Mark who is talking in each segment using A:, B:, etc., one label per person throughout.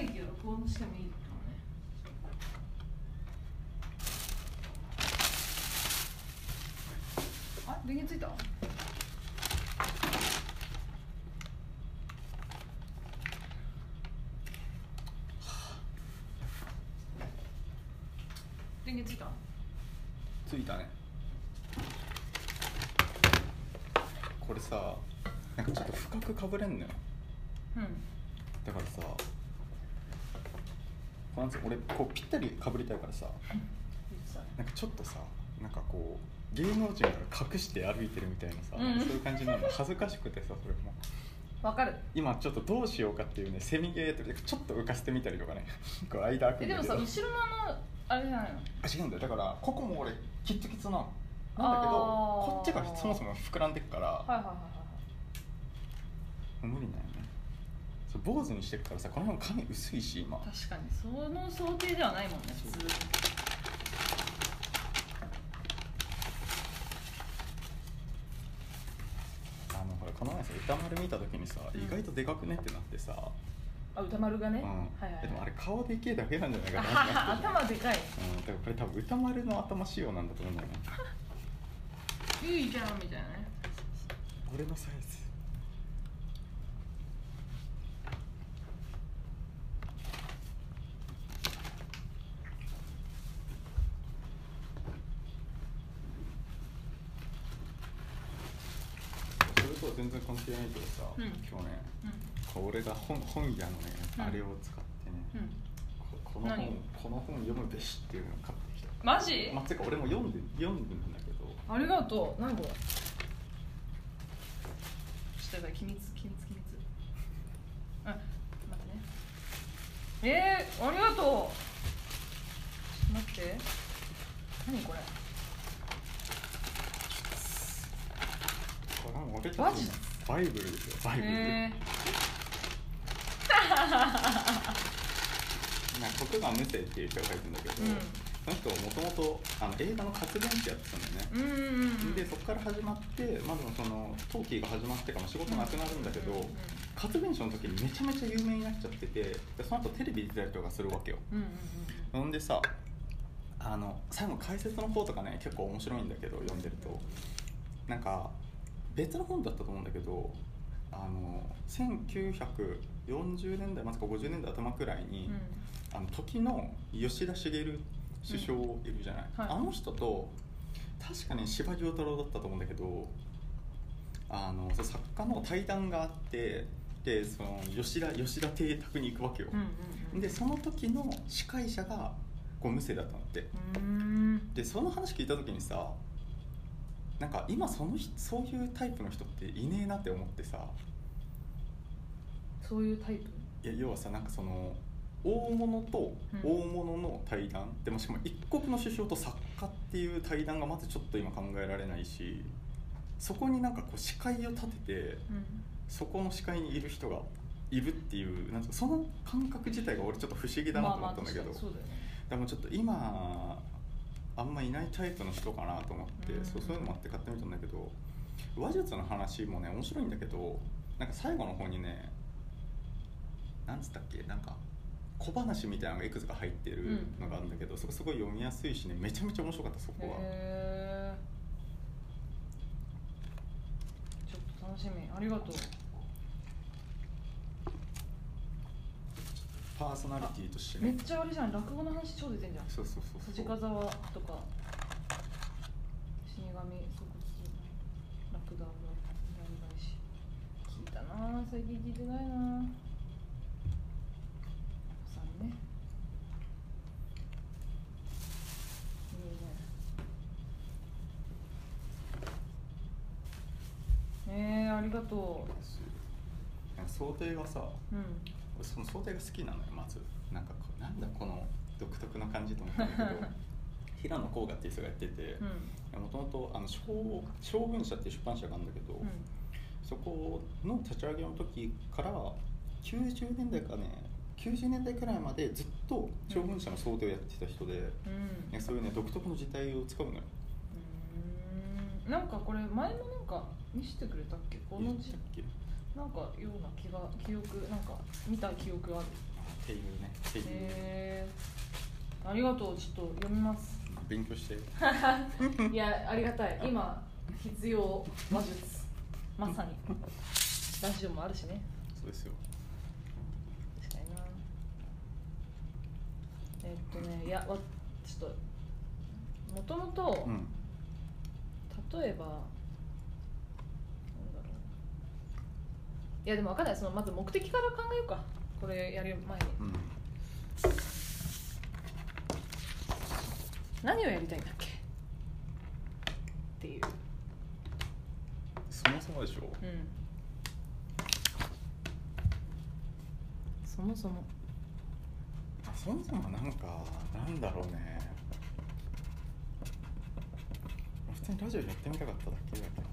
A: 直してもいいかもねあ電源ついた電源ついた
B: ついたねこれさなんかちょっと深くかぶれんのよ
A: うん
B: だからさなんつう俺こうぴったりかぶりたいからさ
A: 言ってたね
B: なんかちょっとさなんかこう芸能人から隠して歩いてるみたいなさ、
A: うん
B: そういう感じなの恥ずかしくてさそれも
A: わかる
B: 今ちょっとどうしようかっていうねセミゲーとかちょっと浮かせてみたりとかね こう間空く
A: え
B: ん
A: でも
B: だけ
A: さ
B: ど
A: 後ろのあのあれじゃないの
B: あ違うんだよだからここも俺キッツキツなのなんだけど
A: あー
B: こっちがそもそも膨らんでっから、
A: はいはいはいはい
B: 無理なんよねそう坊主にしてるからさこの辺髪薄いし今
A: はい確かにその想定ではないもんね普通
B: あのほらこの前さ歌丸見た時にさ、
A: うん
B: 意外とでかくねってなってさ、
A: あ歌丸が
B: う
A: ね、
B: ん
A: はいはい
B: でもあれ顔でけえだけなんじゃないか
A: あ
B: な
A: は
B: ってな
A: は
B: っ
A: 頭
B: てた
A: でかい
B: うん、だからこれ多分歌丸の頭仕様なんだと思うんだよね
A: いいじゃんみたいなね
B: 俺のサイズそれとは全然関係ないけどさ、
A: うん
B: 今日ね
A: う
B: 俺が本本屋のね、
A: うん
B: あれを使ってね、
A: ん、うん、
B: ここの本
A: 何
B: この本読むべしっていうのを買ってきた
A: マジ、
B: まあ、てか俺も読んで読んでんだけど
A: ありがとう何これちょっとやばい機密機密機密あ待ってねえー、ありがとうちょっと待って何これ
B: これも俺たち
A: マジ
B: のバイブルですよバイブル、
A: え
B: なんか徳川無生っていう人が書いてるんだけど、
A: うん
B: その人もともとあの映画の活弁ってやってたんだよね
A: ー、、うんうんうん
B: でそこから始まってまずそのトーキーが始まってからも仕事なくなるんだけど、
A: うん
B: 活弁賞の時にめちゃめちゃ有名になっちゃっててでその後テレビ出たりとかするわけよ
A: うんうん
B: ほんでさあの最後解説の方とかね結構面白いんだけど読んでるとなんか別の本だったと思うんだけどあの1940年代まさか50年代頭くらいに、
A: うんうん
B: あの時の吉田茂首相いるじゃない、
A: うんはい
B: あの人と確かに司馬遼太郎だったと思うんだけどあのそう作家の対談があってでその吉田吉田邸宅に行くわけよ、
A: うんうん
B: でその時の司会者がこう無声だったのって
A: うーん
B: でその話聞いた時にさなんか今その人そういうタイプの人っていねえなって思ってさ
A: そういうタイプ
B: いや要はさなんかその大物と
A: うん
B: 大物の対談、でもしかも一国の首相と作家っていう対談がまずちょっと今考えられないしそこになんかこう司会を立てて
A: うん
B: そこの司会にいる人がいるっていうなんかその感覚自体が俺ちょっと不思議だなと思ったんだけど、
A: まあまあ確かにそうだよね
B: でもちょっと今あんまいないタイプの人かなと思って、
A: うん
B: そうそういうのもあって買ってみたんだけど話術の話もね面白いんだけどなんか最後の方にねなんつったっけなんか小話みたいなのがいくつか入ってるのがあるんだけど、そこすごい読みやすいしねめちゃめちゃ面白かったそこは、
A: へーちょっと楽しみありがとう
B: パーソナリティとして
A: め
B: ね
A: っちゃあれじゃん落語の話超出てんじゃん
B: そうそうそう
A: 土
B: そう
A: 方沢とか死神即死ラクダの闇返し聞いたなあ最近聞いてないなあお子さんねいいねえー、ありがとう
B: なんか想定がさ
A: うん
B: 俺その想定が好きなのよまずなんかこうなんだこの独特な感じと思ったんだけど平野甲賀っていう人がやってて
A: う
B: もともと「あの将将軍社」っていう出版社があるんだけど、
A: ん
B: そこの立ち上げの時から90年代かね90年代くらいまでずっと将軍社の想定をやってた人で、
A: うんうん
B: ねそういうね独特の事態を使うのよ
A: うーんなんかこれ前もなんか見せてくれたっけこの
B: 言っ
A: じ
B: たっけ
A: なんかような気が記憶なんか見た記憶がある
B: あっていうねっていう、
A: えー、ありがとうちょっと読みます
B: 勉強して
A: いやありがたい今必要話術まさにラジオもあるしね
B: そうですよ
A: 確かになえっとねいやわちょっともともと
B: うん
A: 例えばなんだろういやでも分かんないそのまず目的から考えようかこれやる前に
B: うん
A: 何をやりたいんだっけっていう
B: そもそもでしょ
A: うんそもそも
B: あそもそもなんかなんだろうね普通にラジオやってみたかっただけだけどね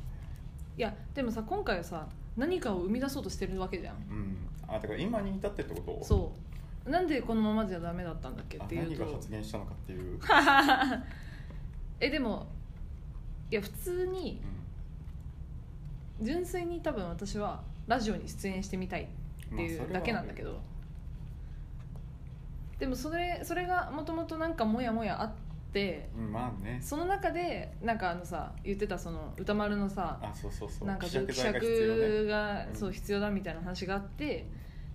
A: いやでもさ今回はさ何かを生み出そうとしてるわけじゃん
B: うんあだから今に至ってってこと
A: そうなんでこのままじゃダメだったんだっけっ
B: あ
A: ていう
B: 何が
A: と
B: 発言したのかっ ていう、
A: えでもいや普通に純粋に多分私はラジオに出演してみたい
B: うん
A: っていうだけなんだけど、
B: まあ
A: でもそれそれがもともとなんかモヤモヤあって
B: それはうんまあね
A: その中でなんかあのさ言ってたその歌丸のさ
B: あそうそうそう
A: なんか
B: 希
A: 希釈
B: 釈剤が必要ね
A: が
B: うん
A: そう必要だみたいな話があって、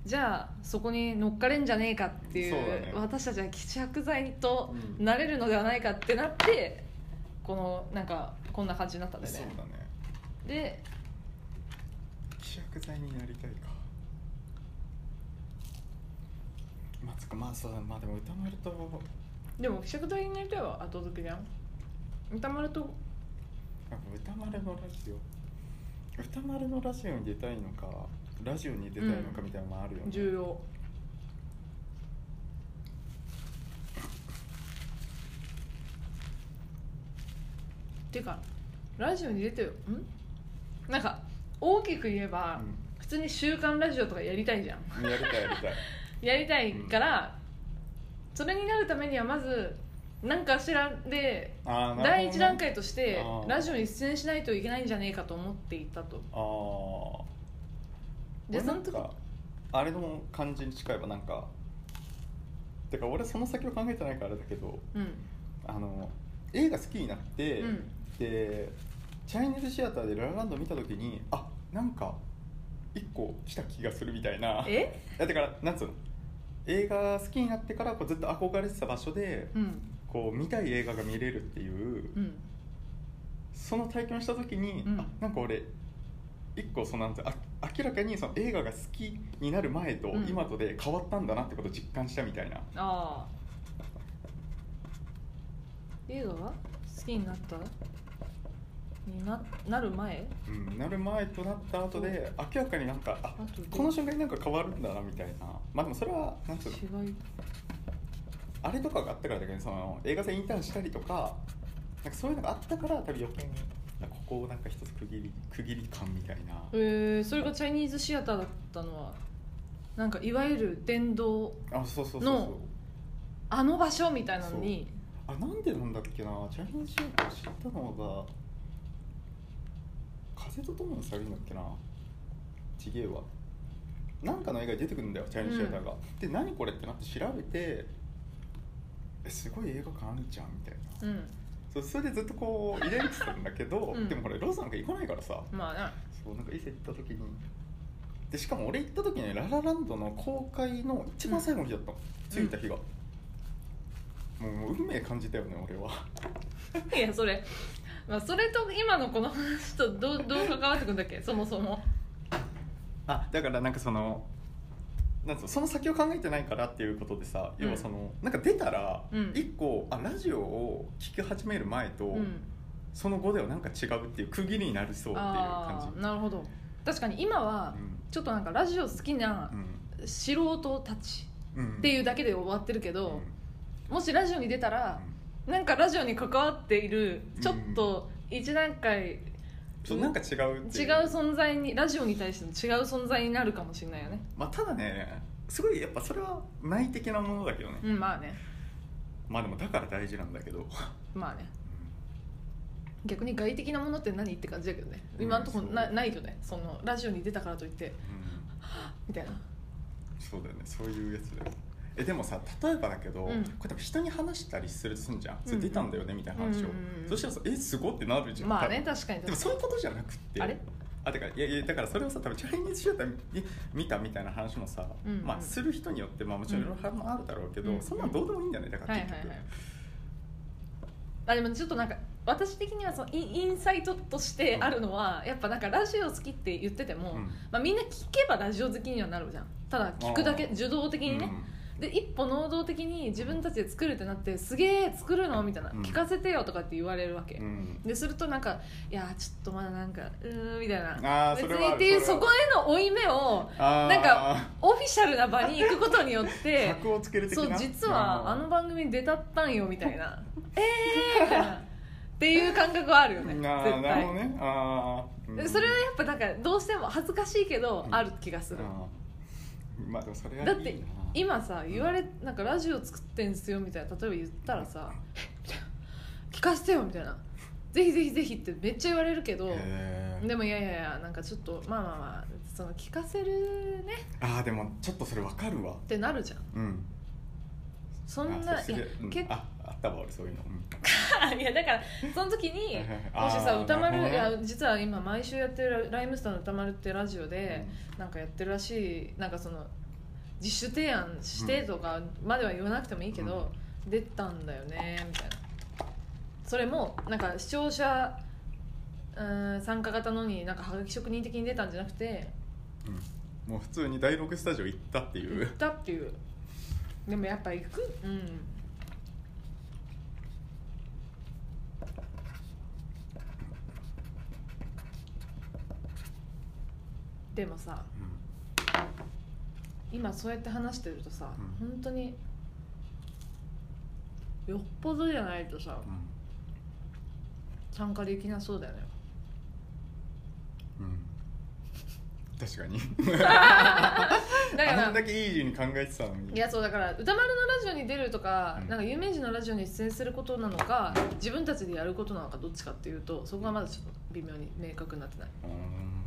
A: じゃあそこに乗っかれんじゃねえかっていう
B: そうだね
A: 私たちは希釈剤と
B: うん
A: なれるのではないかってなってこのなんかこんな感じになったんだよ
B: そう
A: ね
B: だね
A: で
B: 希釈剤になりたいかまあつかまあそうだまあでも歌丸と
A: でも希釈剤になりたいは後付けじゃん歌丸と
B: なんか歌丸のラジオ歌丸のラジオに出たいのかラジオに出たいのかみたいなのもあるよね、
A: 重要てかラジオに出てよんなんか大きく言えば、普通に「週刊ラジオ」とかやりたいじゃん
B: うん、やりたいやりたい
A: やりたいから、それになるためにはまず何かしらで
B: あーなるほどね
A: 第一段階として
B: あー
A: ラジオに出演しないといけないんじゃねえかと思っていたと
B: ああ
A: でそ
B: 俺な
A: の
B: ん
A: 時
B: かあれの感じに近いわなんかてか俺その先を考えてないからあれだけど
A: うん
B: あの映画好きになって、
A: うん
B: でチャイニーズシアターで「ララランド」見た時にあなんか一個来た気がするみたいな
A: え
B: だからなんつうの映画好きになってからこうずっと憧れてた場所で
A: うん
B: こう見たい映画が見れるっていう、
A: うん
B: その体験をした時に、
A: うん
B: あなんか俺一個そのなんつうのあ明らかにその映画が好きになる前と
A: うん
B: 今とで変わったんだなってことを実感したみたいな、
A: ああ映画は好きになったにななる前
B: うん、なる前となった後で明らかになんかあ
A: 後で
B: この瞬間になんか変わるんだなみたいなまあでもそれはなんつうの
A: 違い
B: あれとかがあったからだけどその映画祭インターンしたりとかなんかそういうのがあったから多分余計になんかここをなんか一つ区切り区切り感みたいな
A: えー、それがチャイニーズシアターだったのはなんかいわゆる殿堂
B: あそうそうそうそ
A: の
B: う
A: あの場所みたいなのに
B: あなんでなんだっけなチャイニーズシアター知ったのが風と共に去るんだっけなちげえわなんかの映画に出てくるんだよチャイニーズシアターが、で何これってなって調べてえすごい映画館あるじゃんみたい
A: う
B: な
A: ん
B: そうそれでずっとこう入れてたんだけど、
A: うん
B: でもこれロースなんか行かないからさ
A: まあな
B: そうなんか伊勢行った時にでしかも俺行った時にララランドの公開の一番最後の日だったの、着いた日が、もうもう運命感じたよね俺は
A: いやそれ、まあ、それと今のこの話とどうどう関わってくんだっ けそもそも
B: あだからなんかそのなんつうのその先を考えてないからっていうことでさ、
A: うん
B: 要はそのなんか出たら
A: うん
B: 一個、あラジオを聞き始める前と、
A: うん
B: その後ではなんか違うっていう区切りになりそうっていう
A: あ
B: 感
A: あ
B: じ
A: なるほど確かに今は
B: う
A: ちょっとなんかラジオ好きなん素人たち
B: うんうん
A: っていううだけで終わってるけ
B: と
A: ど、もしラジオに出たらなんかラジオに関わっているちょっと一段階
B: そうなんか違うって
A: 違
B: いう
A: 存在にラジオに対しての違う存在になるかもしれないよね
B: まあただねすごいやっぱそれは内的なものだけどね、
A: うんまあね
B: まあでもだから大事なんだ けど
A: まあね逆に外的なものって何って感じだけどね
B: うん
A: 今のところ
B: そう
A: なないよねそのラジオに出たからといって
B: うん
A: みたいな
B: そうだよねそういうやつだよえでもさ例えばだけど、
A: うん
B: これ多分人に話したりするすんじゃんそれ
A: うん
B: 出たんだよねみたいな話を、
A: うんうんうん
B: そしたらさえすごってなるじゃん
A: まあ
B: 多
A: ね
B: 分
A: 確かに
B: でもそういうことじゃなくって
A: あれ
B: あてかいやいやだからそれをさ多分チャイニーズシューター見見たみたいな話もさ、
A: うんうん
B: まあ、する人によって、まあ、もちろんいろいろ反応あるだろうけど、
A: うんうん
B: そんなんどうでもいいんだよねだか
A: は
B: ら
A: いはいはいあでもちょっとなんか私的にはそのインインサイトとしてあるのは、やっぱなんかラジオ好きって言ってても、
B: うん
A: まあ、みんな聞けばラジオ好きにはなるじゃんただ聞くだけ
B: あー
A: 受動的にね、で一歩能動的に自分たちで作るってなってすげえ作るのみたいな、
B: うん
A: 聞かせてよとかって言われるわけ、
B: うんうん
A: でするとなんかいやーちょっとまだなんかうーんみたいな
B: ああ
A: 別
B: それ
A: に
B: は
A: っていうそ
B: れ
A: こ
B: は
A: への負い目を
B: あー
A: なん かオフィシャルな場に行くことによって
B: 箔をつける的
A: そう
B: な
A: 実はあの番組に出たったんよみたい なええー、みたいなっていう感覚はあるよね絶
B: あーなるほ
A: 対
B: どねあーうん
A: でそれはやっぱなんかどうしても恥ずかしいけど
B: うん
A: ある気がする、
B: あーまあでもそれはいい
A: だ
B: な
A: って今さ言われなんかラジオ作ってんすよみたいな例えば言ったらさ え「みたいな聞かせてよ」みたいな「ぜひぜひぜひ」ってめっちゃ言われるけど
B: へー
A: でもいやいやいやなんかちょっとまあまあまあその聞かせるね
B: あーでもちょっとそれわかるわ
A: ってなるじゃん
B: うん
A: そん
B: あ
A: な
B: そ
A: いうや
B: するうん
A: 結構
B: ああったわ俺そういうのうん
A: いやだからその時に
B: はいはいはい
A: もしさ
B: あー
A: 歌丸、い
B: なるほど
A: や
B: ね
A: 実は今毎週やってるライムスターの歌丸ってラジオで、なんかやってるらしいなんかその自主提案してとかまでは言わなくてもいいけど、出たんだよねみたいなそれもなんか視聴者うーん参加型のになんかはがき職人的に出たんじゃなくて
B: うんもう普通に第6スタジオ行ったってい
A: 行っ
B: う
A: たっていうでもやっぱ行くうんでもさ今そうやって話してるとさ、
B: う
A: 本当によっぽどじゃないとさ
B: う
A: 参加できなそうだよね
B: んうん確か
A: だ
B: に
A: か
B: あ
A: ら
B: んだけイージーに考えてたのに
A: いやそうだから歌丸のラジオに出るとか,、
B: うん
A: なんか有名人のラジオに出演することなのか自分たちでやることなのかどっちかっていうとそこがまだちょっと微妙に明確になってない
B: うん